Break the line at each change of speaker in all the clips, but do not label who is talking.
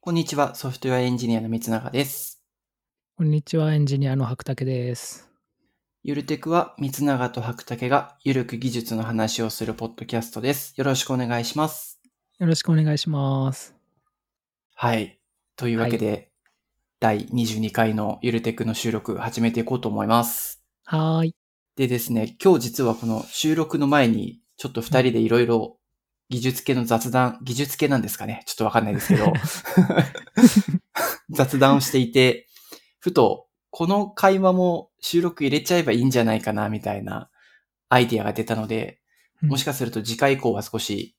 こんにちは、ソフトウェアエンジニアの三永です。
こんにちは、エンジニアの白竹です。
ゆるテクは三永と白竹がゆるく技術の話をするポッドキャストです。よろしくお願いします。
よろしくお願いします。
はい。というわけで、第22回のゆるテクの収録始めていこうと思います。
はーい。
でですね、今日実はこの収録の前に、ちょっと二人でいろいろ技術系の雑談、技術系なんですかねちょっとわかんないですけ ど、雑談をしていて、ふと、この会話も収録入れちゃえばいいんじゃないかな、みたいなアイディアが出たので、
うん
もしかすると次回以降は少し、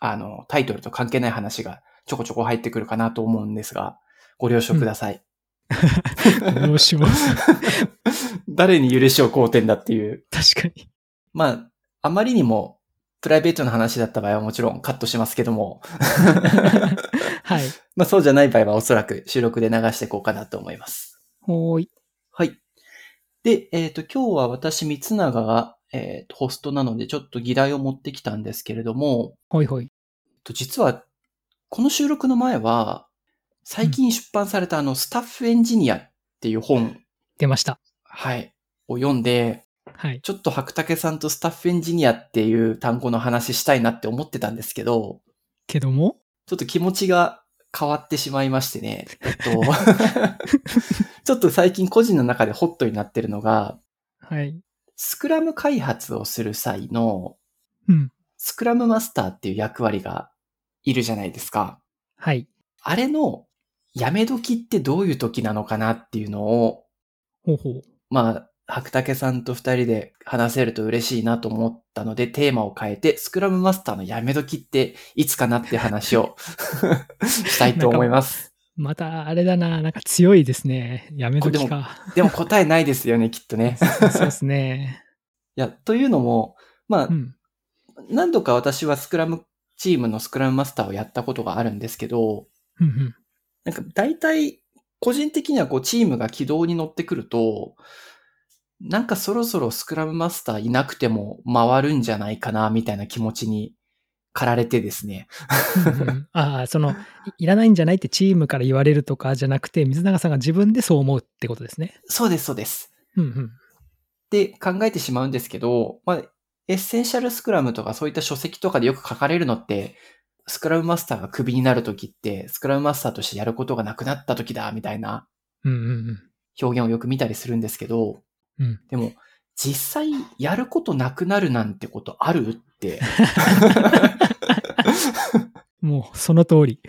あの、タイトルと関係ない話がちょこちょこ入ってくるかなと思うんですが、ご了承ください。
どうし ます。
誰に許しを好てんだっていう
確かに。
まあ、あまりにもプライベートの話だった場合はもちろんカットしますけども、
はい。
まあそうじゃない場合はおそらく収録で流していこうかなと思います。
ほーい。
はい。で、えっ、と、今日は私、三永が、えーとホストなのでちょっと議題を持ってきたんですけれども、
ほいほい。
と実は、この収録の前は、最近出版されたあの、スタッフエンジニアっていう本、
出ました。
はい、を読んで、
はい。
ちょっと白竹さんとスタッフエンジニアっていう単語の話したいなって思ってたんですけど、
けども、
ちょっと気持ちが変わってしまいましてね。えっと、ちょっと最近個人の中でホットになってるのが、
はい。
スクラム開発をする際の
うん。
スクラムマスターっていう役割がいるじゃないですか。
はい。
あれのやめ時ってどういう時なのかなっていうのを、
ほうほう。
まあ、白竹さんと二人で話せると嬉しいなと思ったので、テーマを変えて、スクラムマスターのやめ時っていつかなって話 をしたいと思います。
また、あれだな。なんか強いですね。やめときか。
でも答えないですよね、きっとね。
そうです ね。
いや、というのも、まあ
う、ん。
何度か私はスクラムチームのスクラムマスターをやったことがあるんですけど、
うんうん。
なんか大体、個人的にはこうチームが軌道に乗ってくると、なんかそろそろスクラムマスターいなくても回るんじゃないかな、みたいな気持ちに駆られてですね。
うんうんああ、その、いいらないんじゃないってチームから言われるとかじゃなくて、水永さんが自分でそう思うってことですね。
そうです、そうです。
うんうん。
って考えてしまうんですけど、まあ、エッセンシャルスクラムとかそういった書籍とかでよく書かれるのって、スクラムマスターがクビになるときって、スクラムマスターとしてやることがなくなったときだ、みたいな
うんうんうん。
表現をよく見たりするんですけど、
うん
でも、実際やることなくなるなんてことあるって
もう、その通り。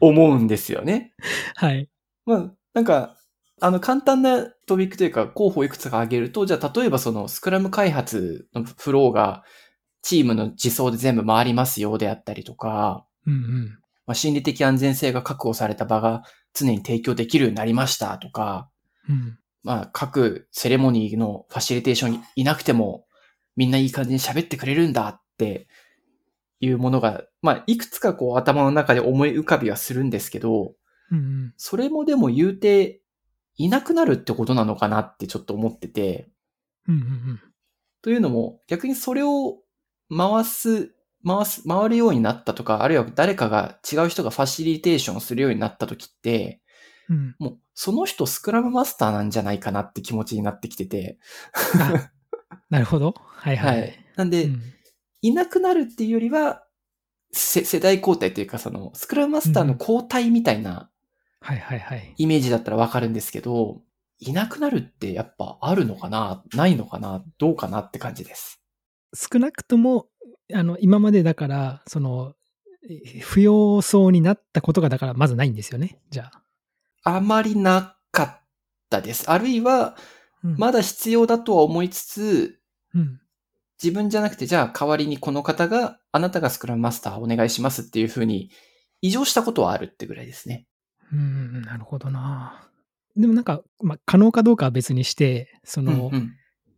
思うんですよね。
はい。
まあ、なんか、あの、簡単なトピックというか、候補いくつか挙げると、じゃあ、例えばその、スクラム開発のフローが、チームの自走で全部回りますよ、であったりとか、
うんうん。
まあ、心理的安全性が確保された場が常に提供できるようになりましたとか、
うん。
まあ、各セレモニーのファシリテーションにいなくても、みんないい感じに喋ってくれるんだっていうものが、まあ、いくつかこう頭の中で思い浮かびはするんですけど、
うんうん。
それもでも言うて、いなくなるってことなのかなってちょっと思ってて、
うんうんうん。
というのも逆にそれを回す、回す、回るようになったとか、あるいは誰かが違う人がファシリテーションするようになった時って、
うん、
もうその人スクラムマスターなんじゃないかなって気持ちになってきてて、
あなるほど。はいはい。
はい。なんで、
うん
いなくなるっていうよりは、せ世代交代というか、その、スクラムマスターの交代みたいな
はいはいはい。
イメージだったらわかるんですけど、いなくなるってやっぱあるのかなないのかなどうかなって感じです。
少なくとも、あの、今までだから、その、え不要そうになったことが、だから、まずないんですよね。じゃあ。
あまりなかったです。あるいは、
うん、
まだ必要だとは思いつつ、
うん。
自分じゃなくて、じゃあ代わりにこの方が、あなたがスクラムマスターお願いしますっていうふうに、異常したことはあるってぐらいですね。
うん、なるほどな。でもなんか、まあ、可能かどうかは別にして、そ
う
の、
んうん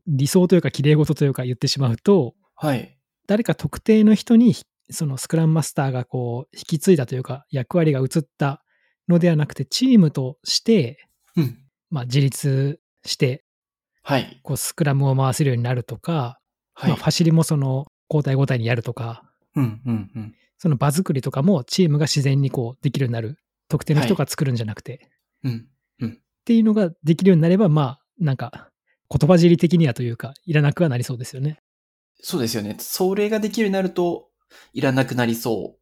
理想というか、綺麗事というか言ってしまうと、
はい。
誰か特定の人に、そのスクラムマスターがこう、引き継いだというか、役割が移ったのではなくて、チームとして、
うん。
まあ、自立して、
はい。
こうスクラムを回せるようになるとか、
はい。
まあ、ファシリもその交代交代にやるとか、
うんうんうん。
その場作りとかもチームが自然にこうできるようになる特定の人が作るんじゃなくて、っ
うん。
ていうのができるようになれば、まあ、なんか、言葉尻的にはというか、いらなくはなりそうですよね。
そうですよね。それができるようになると、いらなくなりそ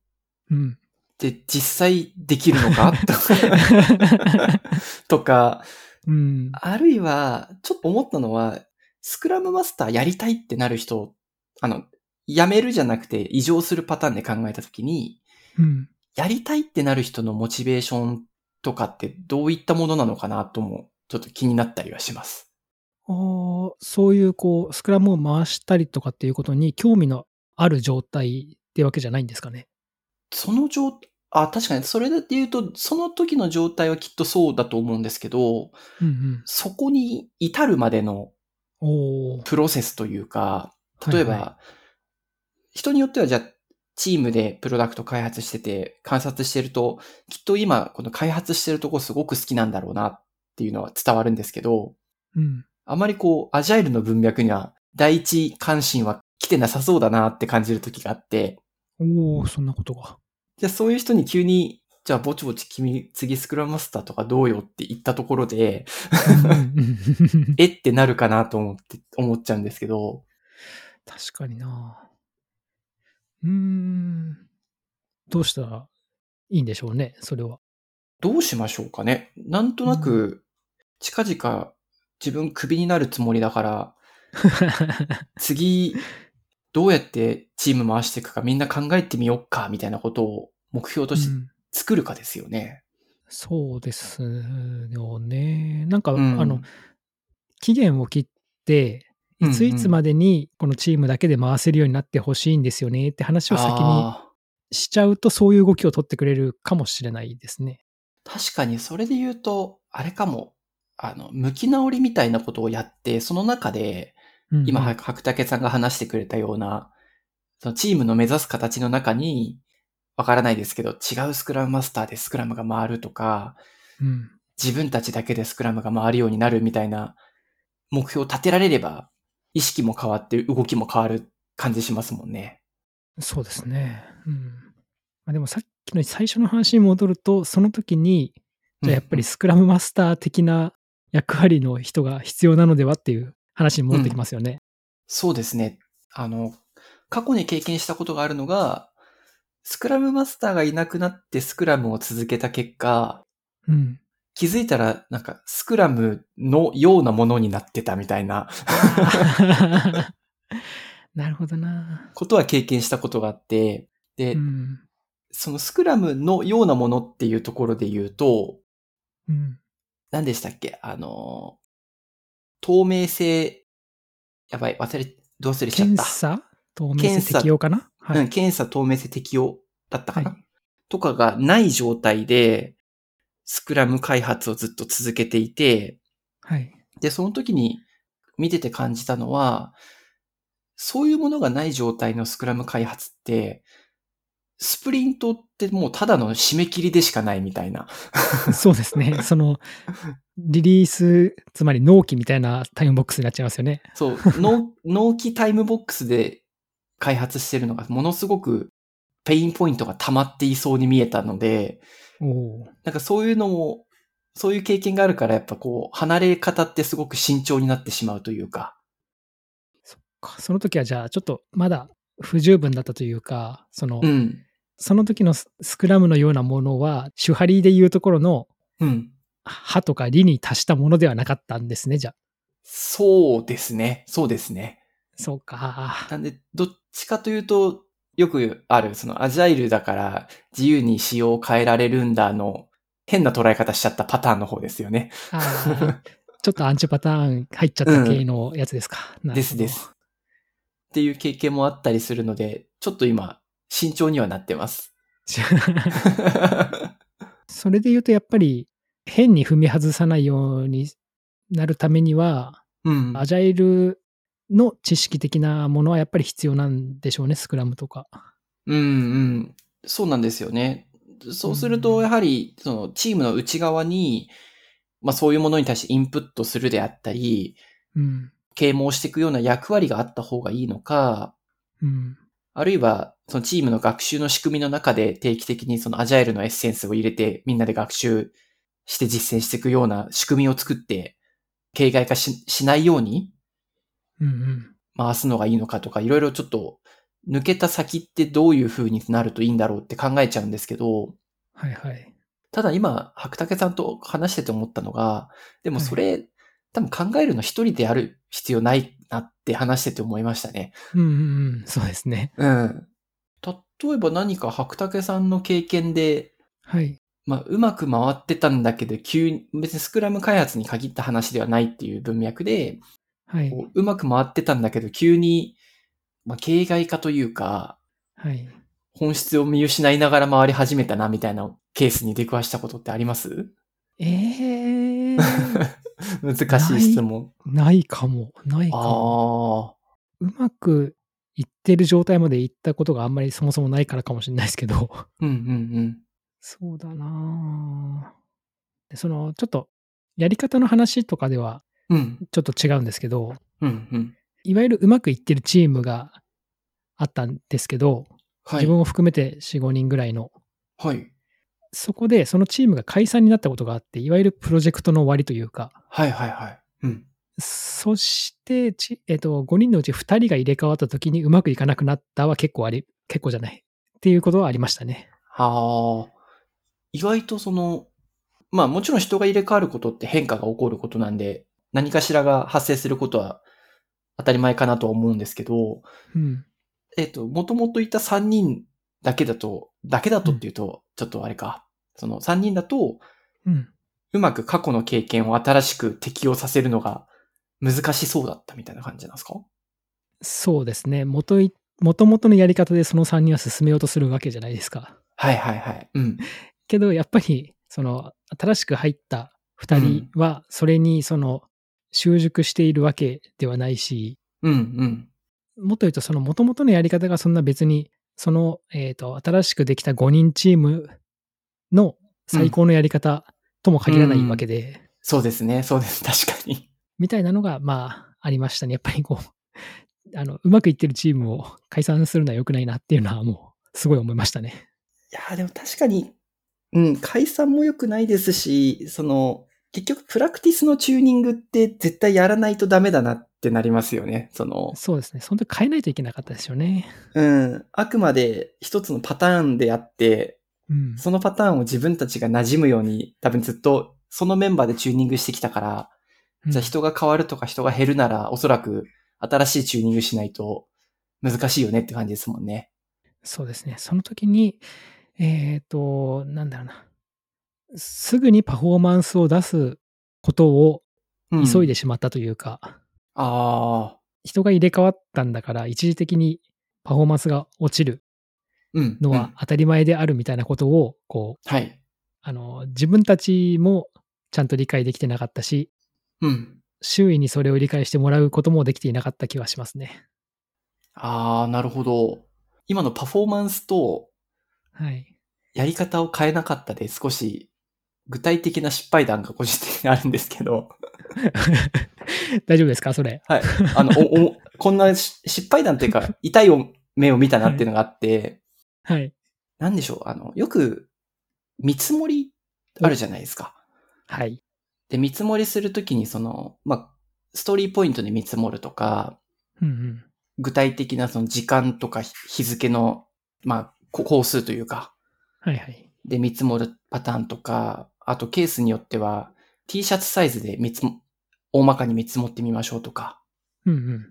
う。
うん。
で、実際できるの かとか、
うん。
あるいは、ちょっと思ったのは、スクラムマスターやりたいってなる人、あの、やめるじゃなくて異常するパターンで考えたときに、
うん。
やりたいってなる人のモチベーションとかってどういったものなのかなとも、ちょっと気になったりはします。
あーそういう、こう、スクラムを回したりとかっていうことに興味のある状態ってわけじゃないんですかね。
その状、あ、確かに、それで言うと、その時の状態はきっとそうだと思うんですけど、
うん
そこに至るまでの
うん。おー
プロセスというか、例えば、
はいは
人によってはじゃあ、チームでプロダクト開発してて、観察してると、きっと今、この開発してるとこすごく好きなんだろうなっていうのは伝わるんですけど、
うん。
あまりこう、アジャイルの文脈には、第一関心は来てなさそうだなって感じる時があって、
おーそんなことが。
じゃあそういう人に急に、じゃあぼちぼち君、次スクラムマスターとかどうよって言ったところで、
うんうんうん
えってなるかなと思って、思っちゃうんですけど、
確かになうーん。どうしたらいいんでしょうね、それは。
どうしましょうかね。なんとなく、近々自分クビになるつもりだから、次、どうやってチーム回していくかみんな考えてみようか、みたいなことを目標として
うん
作るかですよね。
そうですよね。なんか、
うん
あの、、期限を切って、いついつまでにこのチームだけで回せるようになってほしいんですよねって話を先に
あ
しちゃうと、そういう動きを取ってくれるかもしれないですね。
ー確かにそれで言うと、あれかも、あの、向き直りみたいなことをやって、その中で、
うん
今、は白竹さんが話してくれたような、そのチームの目指す形の中に、わからないですけど、違うスクラムマスターでスクラムが回るとか、
うん、
自分たちだけでスクラムが回るようになるみたいな目標を立てられれば、意識も変わって動きも変わる感じしますもんね。
そうですね。うんまあ、でもさっきの最初の話に戻ると、その時に、じゃあやっぱりスクラムマスター的な役割の人が必要なのではっていう話に戻ってきますよね。
そうですね。あの、過去に経験したことがあるのが、スクラムマスターがいなくなってスクラムを続けた結果、
うん。
気づいたら、なんか、スクラムのようなものになってたみたいな
なるほどな。
ことは経験したことがあって、で、
うん。
そのスクラムのようなものっていうところで言うと、
うん。
何でしたっけあの、透明性、やばい、忘れ、どう忘れしちゃっ
検
た。
査透明
検
性
査
適用かなは
う
い。
ん、検査透明性適用だったかな、
は
とかがない状態で、スクラム開発をずっと続けていて、
はい。
で、その時に見てて感じたのは、そういうものがない状態のスクラム開発って、スプリントってもうただの締め切りでしかないみたいな。
そうです ね。その、リリース、つまり納期みたいなタイムボックスになっちゃいますよね。
そう、 納納期タイムボックスで開発してるのがものすごくペインポイントが溜まっていそうに見えたので、
おおー。
なんかそういうのも、そういう経験があるからやっぱこう、離れ方ってすごく慎重になってしまうというか。
かその時はじゃあちょっとまだ不十分だったというかその、
うん。
その時のススクラムのようなものは手張りでいうところの
うん。
歯とか理に達したものではなかったんですねじゃあ
そうですね。そうですね。
そうか
なんで、どっちかというと、よくある、そのアジャイルだから自由に仕様を変えられるんだの、変な捉え方しちゃったパターンの方ですよね。
あ ーちょっとアンチパターン入っちゃった系のやつですか、なるほど
ですです。っていう経験もあったりするので、ちょっと今、慎重にはなってます。
それで言うとやっぱり変に踏み外さないようになるためには
うん
アジャイルの知識的なものはやっぱり必要なんでしょうねスクラムとか
うんうん。そうなんですよね。そうすると、やはり、その、チームの内側に、まあそういうものに対してインプットするであったり、
うん
啓蒙していくような役割があった方がいいのか、
うん
あるいは、そのチームの学習の仕組みの中で定期的にそのアジャイルのエッセンスを入れて、みんなで学習して実践していくような仕組みを作って、形骸化ししないように
うんうん。
回すのがいいのかとか、いろいろちょっと抜けた先ってどういう風になるといいんだろうって考えちゃうんですけど、
はいはい。
ただ今、白竹さんと話してて思ったのが、でもそれ、多分考えるの一人でやる必要ないなって話してて思いましたね。
うんうんうん。そうですね。
うん。例えば何か白竹さんの経験で、
はい。
まあ、うまく回ってたんだけど、急に、別にスクラム開発に限った話ではないっていう文脈で、
はい。
こううまく回ってたんだけど、急に、まあ、形骸化というか、
はい。
本質を見失いながら回り始めたなみたいなケースに出くわしたことってあります
えー、
難しい質問。
ないかも。ないかも。
ああ。
うまくいってる状態までいったことがあんまりそもそもないからかもしれないですけど。
うんうん
そうだなぁでその、ちょっと、やり方の話とかでは
うん。うん。
ちょっと違うんですけど、
うんうん。
いわゆるうまくいってるチームがあったんですけど、
は
自
い。
分を含めて4、5人ぐらいの。
はい。
そこでそのチームが解散になったことがあって、いわゆるプロジェクトの終わりというか、
はいはいはい。うん。
そしてち、えっと、5人のうち2人が入れ替わった時にうまくいかなくなったは結構あり、結構じゃない。っていうことはありましたね。
ああ。意外とその、まあもちろん人が入れ替わることって変化が起こることなんで、何かしらが発生することは当たり前かなとは思うんですけど、
うん。
えっ、と、もともといた3人だけだと、だけだとっていうと、ちょっとあれか。その3人だと、
うん。
うまく過去の経験を新しく適用させるのが難しそうだったみたいな感じなんですか
そうですね。元い、元々のやり方でその3人は進めようとするわけじゃないですか。
はいはいはい。うん。
けど、やっぱり、その、新しく入った2人は、それに、その、習熟しているわけではないし、
うんうん。
もっと言うと、その元々のやり方がそんな別に、その、えっ、と、新しくできた5人チームの最高のやり方とも限らないわけで、
そうですね。そうです。確かに。
みたいなのが、まあ、ありましたね。やっぱりこう、 あの、うまくいってるチームを解散するのは良くないなっていうのは、もう、すごい思いましたね。
いやーでも確かに、うん、解散も良くないですし、その、結局プラクティスのチューニングって絶対やらないとダメだなってなりますよね。その、
そうですね。その時変えないといけなかったですよね。
うん、あくまで一つのパターンであって、
うん。
そのパターンを自分たちが馴染むように、多分ずっとそのメンバーでチューニングしてきたから、じゃあ人が変わるとか人が減るなら、おそらく新しいチューニングしないと難しいよねって感じですもんね。
そうですね。その時に、えっ、と、なんだろうな。すぐにパフォーマンスを出すことを
うん
急いで。しまったというか、
ああ。
人が入れ替わったんだから、一時的にパフォーマンスが落ちる
うん。
の
う
は
ん
当たり前であるみたいなことを、こう、
はい。
あの、自分たちもちゃんと理解できてなかったし、
うん。
周囲にそれを理解してもらうこともできていなかった気はしますね。
ああ、なるほど。今のパフォーマンスと
はい。
やり方を変えなかったで少し具体的な失敗談が個人的にあるんですけど、
大丈夫ですかそれ。
はい。あの、おおこんなし失敗談っていうか、痛いお目を見たなっていうのがあって、
はい。
なんでしょう、あの、よく、見積もりあるじゃないですか。
はい。
で、見積もりするときに、その、まあ、ストーリーポイントで見積もるとか、
うんうん。
具体的なその時間とか日日付の、まあ、こ工数というか、
はいはい。
で見積もるパターンとか、あとケースによっては、T シャツサイズで見積も、大まかに見積もってみましょうとか、
うんうん。
っ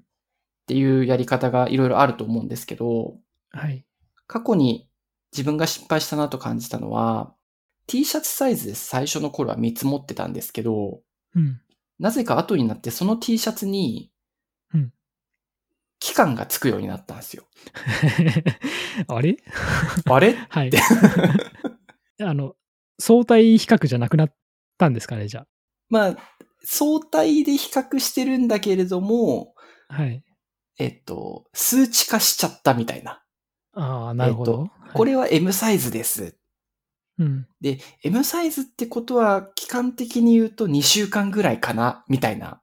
ていうやり方がいろいろあると思うんですけど、
はい。
過去に自分が失敗したなと感じたのは、T シャツサイズで最初の頃は見積もってたんですけど、
うん。
なぜか後になってその T シャツに
うん、
期間がつくようになったんですよ。
あれ
あれ
はい。 あの、相対比較じゃなくなったんですかね、じゃ
まあ、相対で比較してるんだけれども、
あ。はい。
えっと、数値化しちゃったみたいな。
ああ、なるほど。はい
これは M サイズです。
うん。
で、M サイズってことは、期間的に言うと2週間ぐらいかな、みたいな。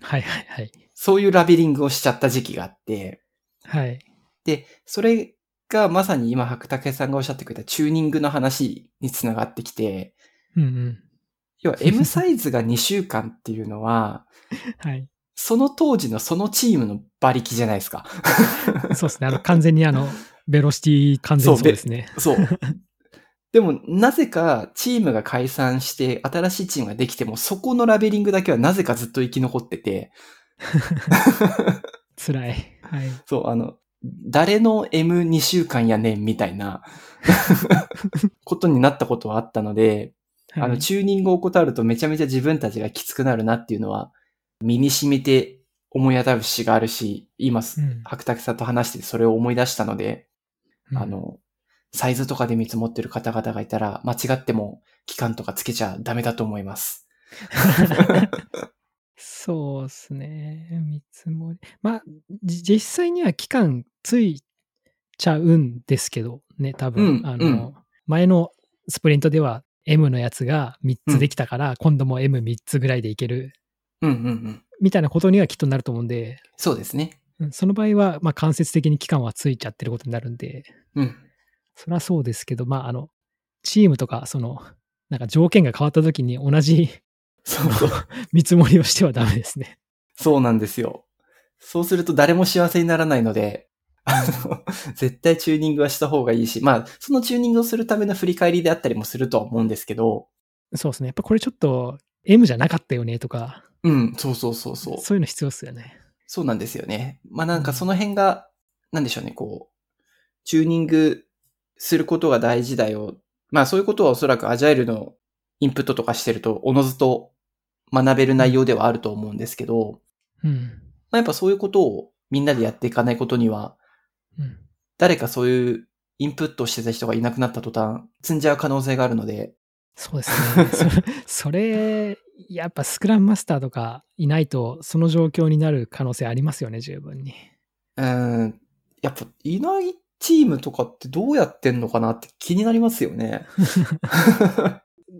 はいはいはい。
そういうラベリングをしちゃった時期があって、
はい。
で、それがまさに今、白竹さんがおっしゃってくれたチューニングの話につながってきて、
うんうん。
要 は M サイズが2週間っていうのは、
はい。
その当時のそのチームの馬力じゃないです か。
そうですね。あの、完全にあの、ベロシティ完全そうですね。
そう。でも、なぜかチームが解散して新しいチームができても、そこのラベリングだけはなぜかずっと生き残ってて、
辛い。はい。
そう、あの、誰の M2 週間やねんみたいなことになったことはあったので、あ
は
の、
い
チューニングを怠るとめちゃめちゃ自分たちがきつくなるなっていうのは、身に染みて思い当たる節があるし、今、
うん
白竹さんと話してそれを思い出したので、あ、 の、サイズとかで見積もってる方々がいたら、間違っても期間とかつけちゃダメだと思います。
そうですね。見積もり。まあ、じ実際には期間ついちゃうんですけどね、多分。
うん
あ
う
の
ん
前のスプリントでは M のやつが3つできたから、今度も M3 つぐらいでいける
うんうんうん。
みたいなことにはきっとなると思うんで、
そうですね。
うんその場合は、まあ、間接的に期間はついちゃってることになるんで、
うん。
そりゃそうですけど、まあ、あの、チームとか、その、なんか条件が変わった時に同じ
そうそう。
見積もりをしてはダメですね。
そうなんですよ。そうすると誰も幸せにならないので、あの、絶対チューニングはした方がいいし、まあ、そのチューニングをするための振り返りであったりもするとは思うんですけど、
そうですね。やっぱこれちょっと M じゃなかったよねとか、
うん、そうそうそうそう。
そういうの必要ですよね。
そうなんですよね。まあなんかその辺が、なんでしょうね、こう、チューニングすることが大事だよ。まあそういうことはおそらくアジャイルのインプットとかしてると、おのずと学べる内容ではあると思うんですけど、
うん。
まあやっぱそういうことをみんなでやっていかないことには、
うん、
誰かそういうインプットをしてた人がいなくなった途端、積んじゃう可能性があるので、
そうですね。 それ、それやっぱスクラムマスターとかいないと、その状況になる可能性ありますよね、十分に。
うーん、やっぱいないチームとかってどうやってんのかなって気になりますよね。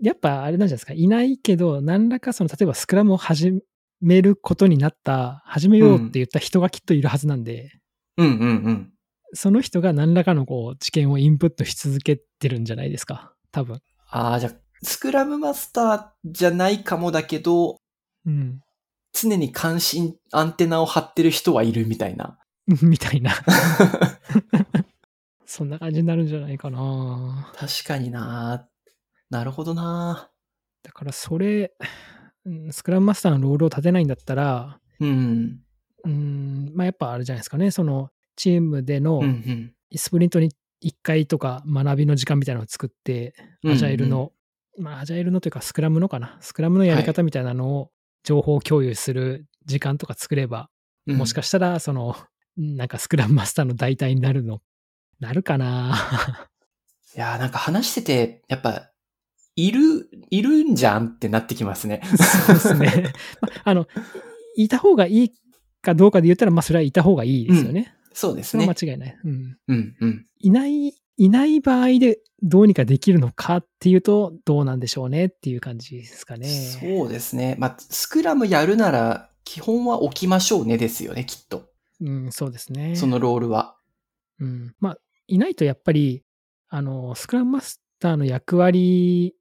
やっぱあれなんじゃないですか、いないけど、何らかその、例えばスクラムを始めることになった、始めようって言った人がきっといるはずなんで、
うんうんうん。
その人が何らかのこう知見をインプットし続けてるんじゃないですか、多分。
ああ、じゃあ、スクラムマスターじゃないかもだけど、
うん。
常に関心、アンテナを張ってる人はいるみたいな。
みたいな。
確
そんな感じになるんじゃないかな。
かにななるほどな
だからそれ、うんスクラムマスターのロールを立てないんだったら、
うん。
うん、まあやっぱあれじゃないですかね、そのチームで
う
の
んうん。
スプリントに1回とか学びの時間みたいなのを作って、
うん
アジャイルの、まあアジャイルのというかスクラムのかな、スクラムのやり方みたいなのを情報共有する時間とか作れば、
うん
もしかしたら、その、なんかスクラムマスターの代替になるの、なる かな
いやーなんか話してて、やっぱ、いる、いるんじゃんってなってきますね。
そうですね。まあの、いいた方がいいかどうかで言ったら、まあそれはいた方がいいですよね。
そうです
それ
ね
は。間違いない。うん。
うんうん。
いない、いない場合でどうにかできるのかっていうと、どうなんでしょうねっていう感じですかね。
そうですね。まあ、スクラムやるなら、基本は置きましょうねですよね、きっと。
うん、そうですね。
そのロールは。
うん、まあいないとやっぱりあのスクラムマスターの役割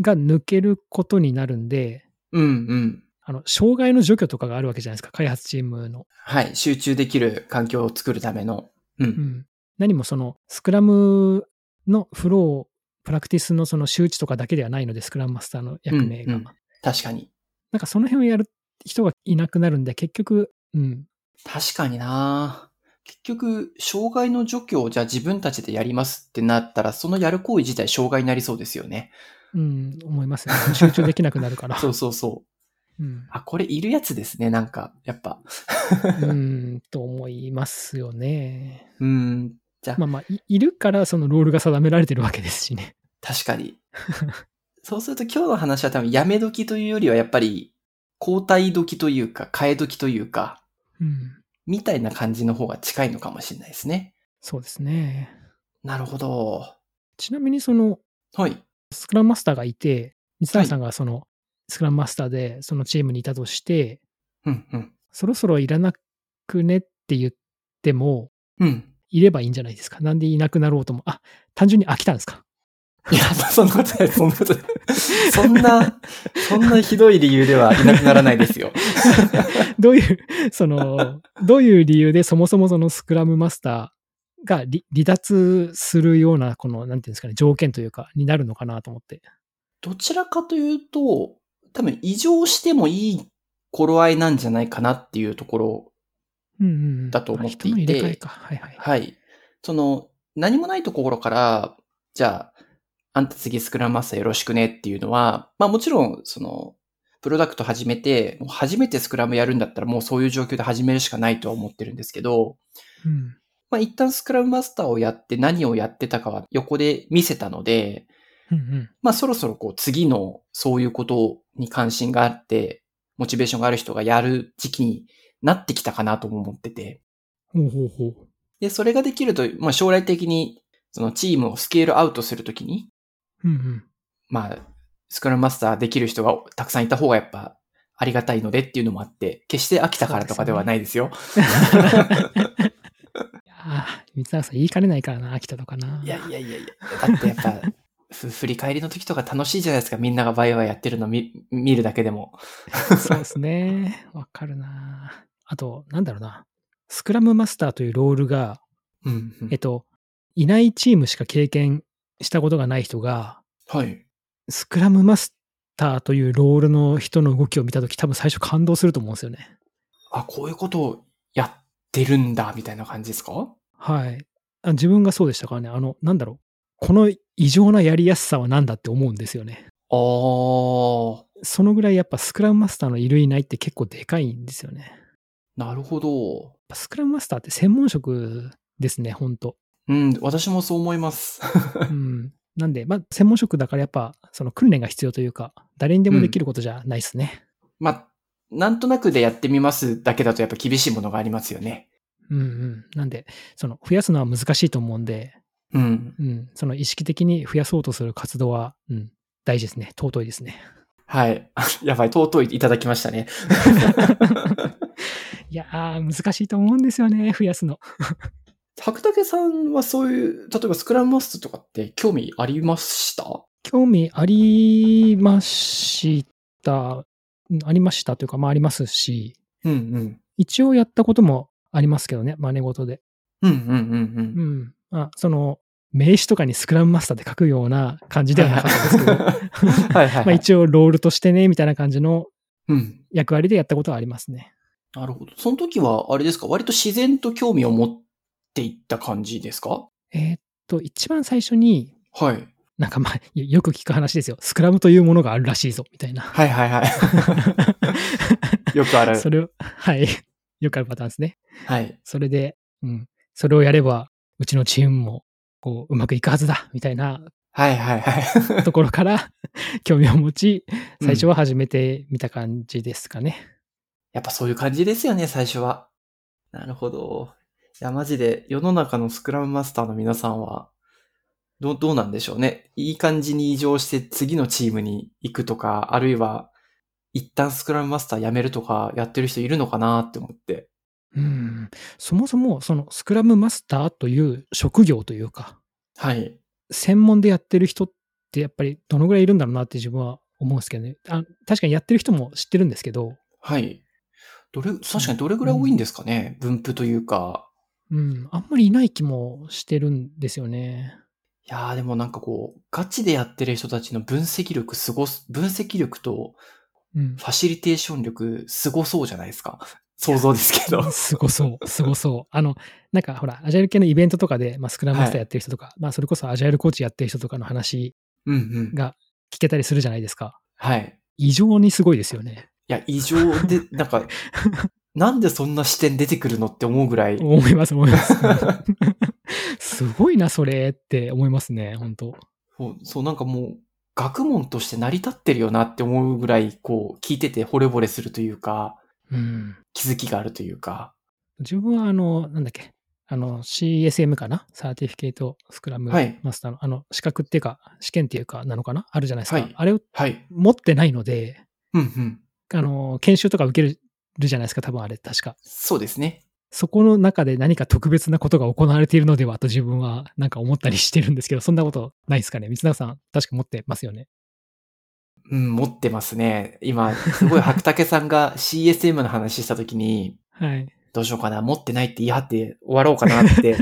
が抜けることになるんで
うんうん。
あの障害の除去とかがあるわけじゃないですか開発チームの、
はい、集中できる環境を作るための。う。
うんん、何もそのスクラムのフロープラクティスのその周知とかだけではないのでスクラムマスターの役名が、
うんうん確かに。
なんかその辺をやる人がいなくなるんで結局、うん、
確かにな結局、障害の除去をじゃあ自分たちでやりますってなったら、そのやる行為自体障害になりそうですよね。
うん、思いますよね集中できなくなるから
そうそうそう。
うん、
あ、これいるやつですね、なんか、やっぱ。
うんと思いますよね
うーん、じゃあ、
まあまあ、いいるからそのロールが定められてるわけですしね。
確かに。そうすると今日の話は多分やめ時というよりはやっぱり交代時というか変え時というか
うん。
みたいな感じの方が近いのかもしれないですね。
そうですね。
なるほど。
ちなみにその、
はい。
スクラムマスターがいて、三谷さんがその、スクラムマスターでそのチームにいたとして、
うん、うん。
そろそろいらなくねって言っても、
うん。
いればいいんじゃないですか。なんでいなくなろうとも。あ、単純に飽きたんですか。
いや、そんなことない、そんなことない。そんな、そんなひどい理由ではいなくならないですよ。
どういう、そ の、どういう理由でそもそもそのスクラムマスターが離離脱するような、この、なんていうんですかね、条件というか、になるのかなと思って。
どちらかというと、多分異常してもいい頃合いなんじゃないかなっていうところ、
うんうんうん。
だと思っていて
あ人の入れ替えか。はいはい。
はい。その、何もないところから、じゃあ、あんた次スクラムマスターよろしくねっていうのは、まあもちろん、その、プロダクト始めて、もう初めてスクラムやるんだったらもうそういう状況で始めるしかないとは思ってるんですけど、
うん。
まあ、一旦スクラムマスターをやって何をやってたかは横で見せたので、
うんうん。
まあ、そろそろこう次のそういうことに関心があって、モチベーションがある人がやる時期になってきたかなとも思ってて。
ほうほうほう。
で、それができると、まあ、将来的にそのチームをスケールアウトするときに、
うんうん。
まあ、スクラムマスターできる人がたくさんいた方がやっぱありがたいのでっていうのもあって、決して飽きたからとかではない ですよ。
いやー三沢さん言いかねないからな、秋田とかな。
いやいやいやいや、だってやっぱ、ふ振り返りの時とか楽しいじゃないですか。みんながバイバイやってるの見見るだけでも。
そうです ね。わかるな。あと、なんだろうな。スクラムマスターというロールが、
うんうん
えっと、いないチームしか経験したことがない人が、
はい。
スクラムマスターというロールの人の動きを見たとき、多分最初感動すると思うんですよね。
あ、こういうことをやってるんだ、みたいな感じですか
はい。あ自分がそうでしたからね。あの、なんだろう。この異常なやりやすさは何だって思うんですよね。
あー、
そのぐらいやっぱスクラムマスターのいるいないって結構でかいんですよね。やっ
なるほど。
ぱスクラムマスターって専門職ですね、ほんと。
うん、私もそう思います。
うん。なんで、まあ、専門職だからやっぱ、その訓練が必要というか、誰にでもできることじゃないですね。
まあ、なんとなくでやってみますだけだとやっぱ厳しいものがありますよね。
うん、うん、なんで、その、増やすのは難しいと思うんで、
うん。
うん、その意識的に増やそうとする活動は、うん、大事ですね。尊いですね。
はい。 やばい、尊いいただきましたね。
いやー、難しいと思うんですよね、増やすの。
白竹さんはそういう、例えばスクラムマスターとかって興味ありました
興味ありました。うんありましたというか、まあありますし、
うんうん。
一応やったこともありますけどね、真似事で。
うんうんうん
うん。あ、その、名刺とかにスクラムマスターで書くような感じではなかったですけど、
うん。 はいはい、
まあ
はい。
一応ロールとしてね、みたいな感じの
うん。
役割でやったことはありますね。
なるほど。その時は、あれですか、割と自然と興味を持っていった感じですか
えーっと、一番最初に、
はい。
なんかまあ、よよく聞く話ですよ。スクラムというものがあるらしいぞ、みたいな。
はいはいはい。よくある。
それを、はい。よくあるパターンですね。
はい。
それで、うん。それをやれば、うちのチームも、こう、うまくいくはずだ、みた いな
はいはいはい。
ところから 興味を持ち、最初
うん
は始めてみた感じですかね。
やっぱそういう感じですよね、最初は。なるほど。いや、マジで、世の中のスクラムマスターの皆さんは、どう、どうなんでしょうね。いい感じに移情して次のチームに行くとか、あるいは、一旦スクラムマスター辞めるとか、やってる人いるのかなって思って。
うん、そもそもそのスクラムマスターという職業というか
はい。
専門でやってる人ってやっぱりどのぐらいいるんだろうなって自分は思うんですけどねあ確かにやってる人も知ってるんですけど、
はい。どれ、確かにどれぐらい多いんですかね、分布というか。
うん、あんまりいない気もしてるんですよね。
いやーでもなんかこう、ガチでやってる人たちの分析力すごす、分析力と
うん
フ、ァシリテーション力すごそうじゃないですか。想像ですけど。
すごそう、すごそう。あの、なんかほら、アジャイル系のイベントとかで、まあ、スクラムマスターやってる人とか、まあ、それこそアジャイルコーチやってる人とかの話
うんうん。
が聞けたりするじゃないですか。
はい。
異常にすごいですよね。
いや、異常 で、なんか、なんでそんな視点出てくるのって思うぐらい。
思います、思 います。すごいな、それって思いますね、本当
そう、そうなんかもう、学問として成り立ってるよなって思うぐらい、こう、聞いてて惚れ惚れするというか、
うん。
気づきがあるというか。
自分は、あの、なんだっけ、あの、CSM かなサーティフィケートスクラム
はい
マスターの、あの、資格っていうか、試験っていうか、なのかなあるじゃないですか。
はい
あれを
はい。
持ってないので、
うんうん。
あの、研修とか受けるじゃないですか、多分あれ、確か。
そうですね。
そこの中で何か特別なことが行われているのではと自分はなんか思ったりしてるんですけど、そんなことないですかね。三永さん、確か持ってますよね。
うん、持ってますね。今、すごい白竹さんが CSM の話したときに、
はい。
どうしようかな、持ってないって言い張って終わろうかなって。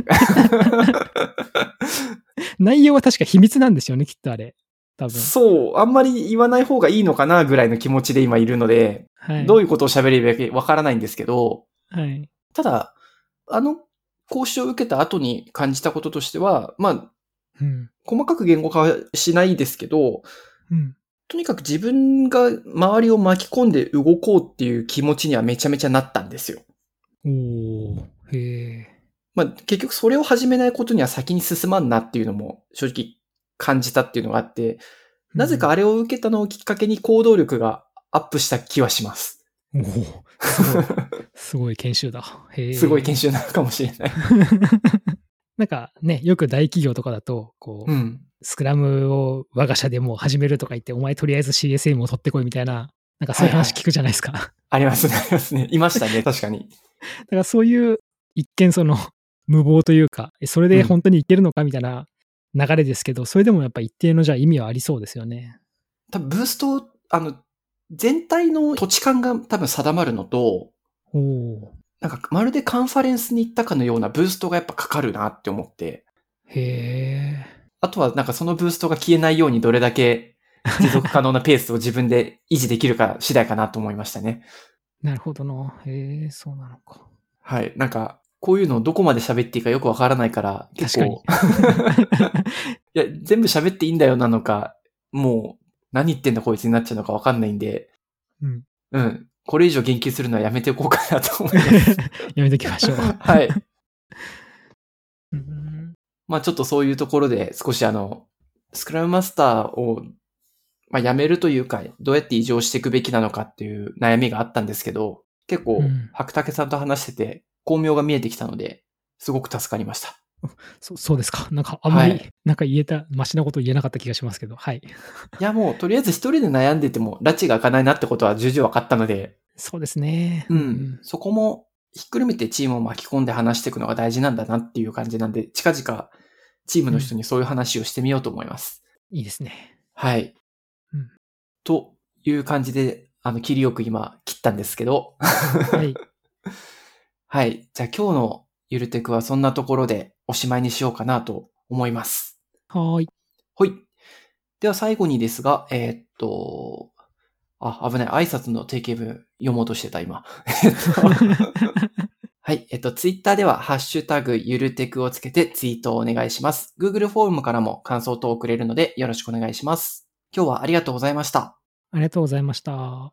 内容は確か秘密なんですよね、きっとあれ。多分。
そう、あんまり言わない方がいいのかなぐらいの気持ちで今いるので、
はい。
どういうことを喋ればいいかわからないんですけど、
はい。
ただ、あの講習を受けた後に感じたこととしては、まあ、
うん。
細かく言語化はしないですけど、
うん。
とにかく自分が周りを巻き込んで動こうっていう気持ちにはめちゃめちゃなったんですよ。
おー。へえ。
まあ、結局それを始めないことには先に進まんなっていうのも正直感じたっていうのがあって、なぜかあれを受けたのをきっかけに行動力がアップした気はします。
うん。おー。すごい。すごい研修だ。へえ。
すごい研修なのかもしれ ない。
なんかね、よく大企業とかだと、こう、
うん。
スクラムを我が社でもう始めるとか言って、お前とりあえず CSM を取ってこいみたいな、なんかそういう話聞くじゃないですか。
ありますね、ありますね。いました ね、確かに。
だからそういう、一見その 無謀というか、えそれで本当にいけるのかみたいな流れですけど、それでもやっぱ一定のじゃあ意味はありそうですよね。
多分ブースト、あの、全体の土地感が多分定まるのと、
おお。
なんかまるでカンファレンスに行ったかのようなブーストがやっぱかかるなって思って、
へえ。
あとはなんかそのブーストが消えないようにどれだけ持続可能なペースを自分で維持できるか次第かなと思いましたね。
なるほどな。へえ、そうなの か。
はい。なんか、こういうのをどこまで喋っていいかよくわからないから、結構、いや、全部喋っていいんだよなのか、もう、何言ってんだこいつになっちゃうのかわかんないんで、
うん。
うん。これ以上言及するのはやめておこうかなと思い ます。
やめときましょ う。
はい。
うん
まあちょっとそういうところで少しあの、スクラムマスターを、まあ、やめるというか、どうやって異常していくべきなのかっていう悩みがあったんですけど、結構
うん、
白竹さんと話してて、巧妙が見えてきたので、すごく助かりました。
そそうですか。なんかあんまり、
はい
なんか言えた、マシなこと言えなかった気がしますけど、はい。
いやもう、とりあえず一人で悩んでても、拉致が開かないなってことは重々分かったので、
そうですね。
うん、そこもひっくるめてチームを巻き込んで話していくのが大事なんだなっていう感じなんで、近々、チームの人にそういう話をしてみようと思います。
いいですね。
はい。
うん
という感じで、あの、切りよく今切ったんですけど。
はい。
はい。じゃあ今日のゆるテクはそんなところでおしまいにしようかなと思います。
は ーい。
ほい。では最後にですが、えーっと、あ、危ない。挨拶の定型文読もうとしてた、今。えっとはい。えっと、ツイッターでは、ハッシュタグ、ゆるテクをつけてツイートをお願いします。Google フォームからも感想等をくれるので、よろしくお願いします。今日はありがとうございました。
ありがとうございました。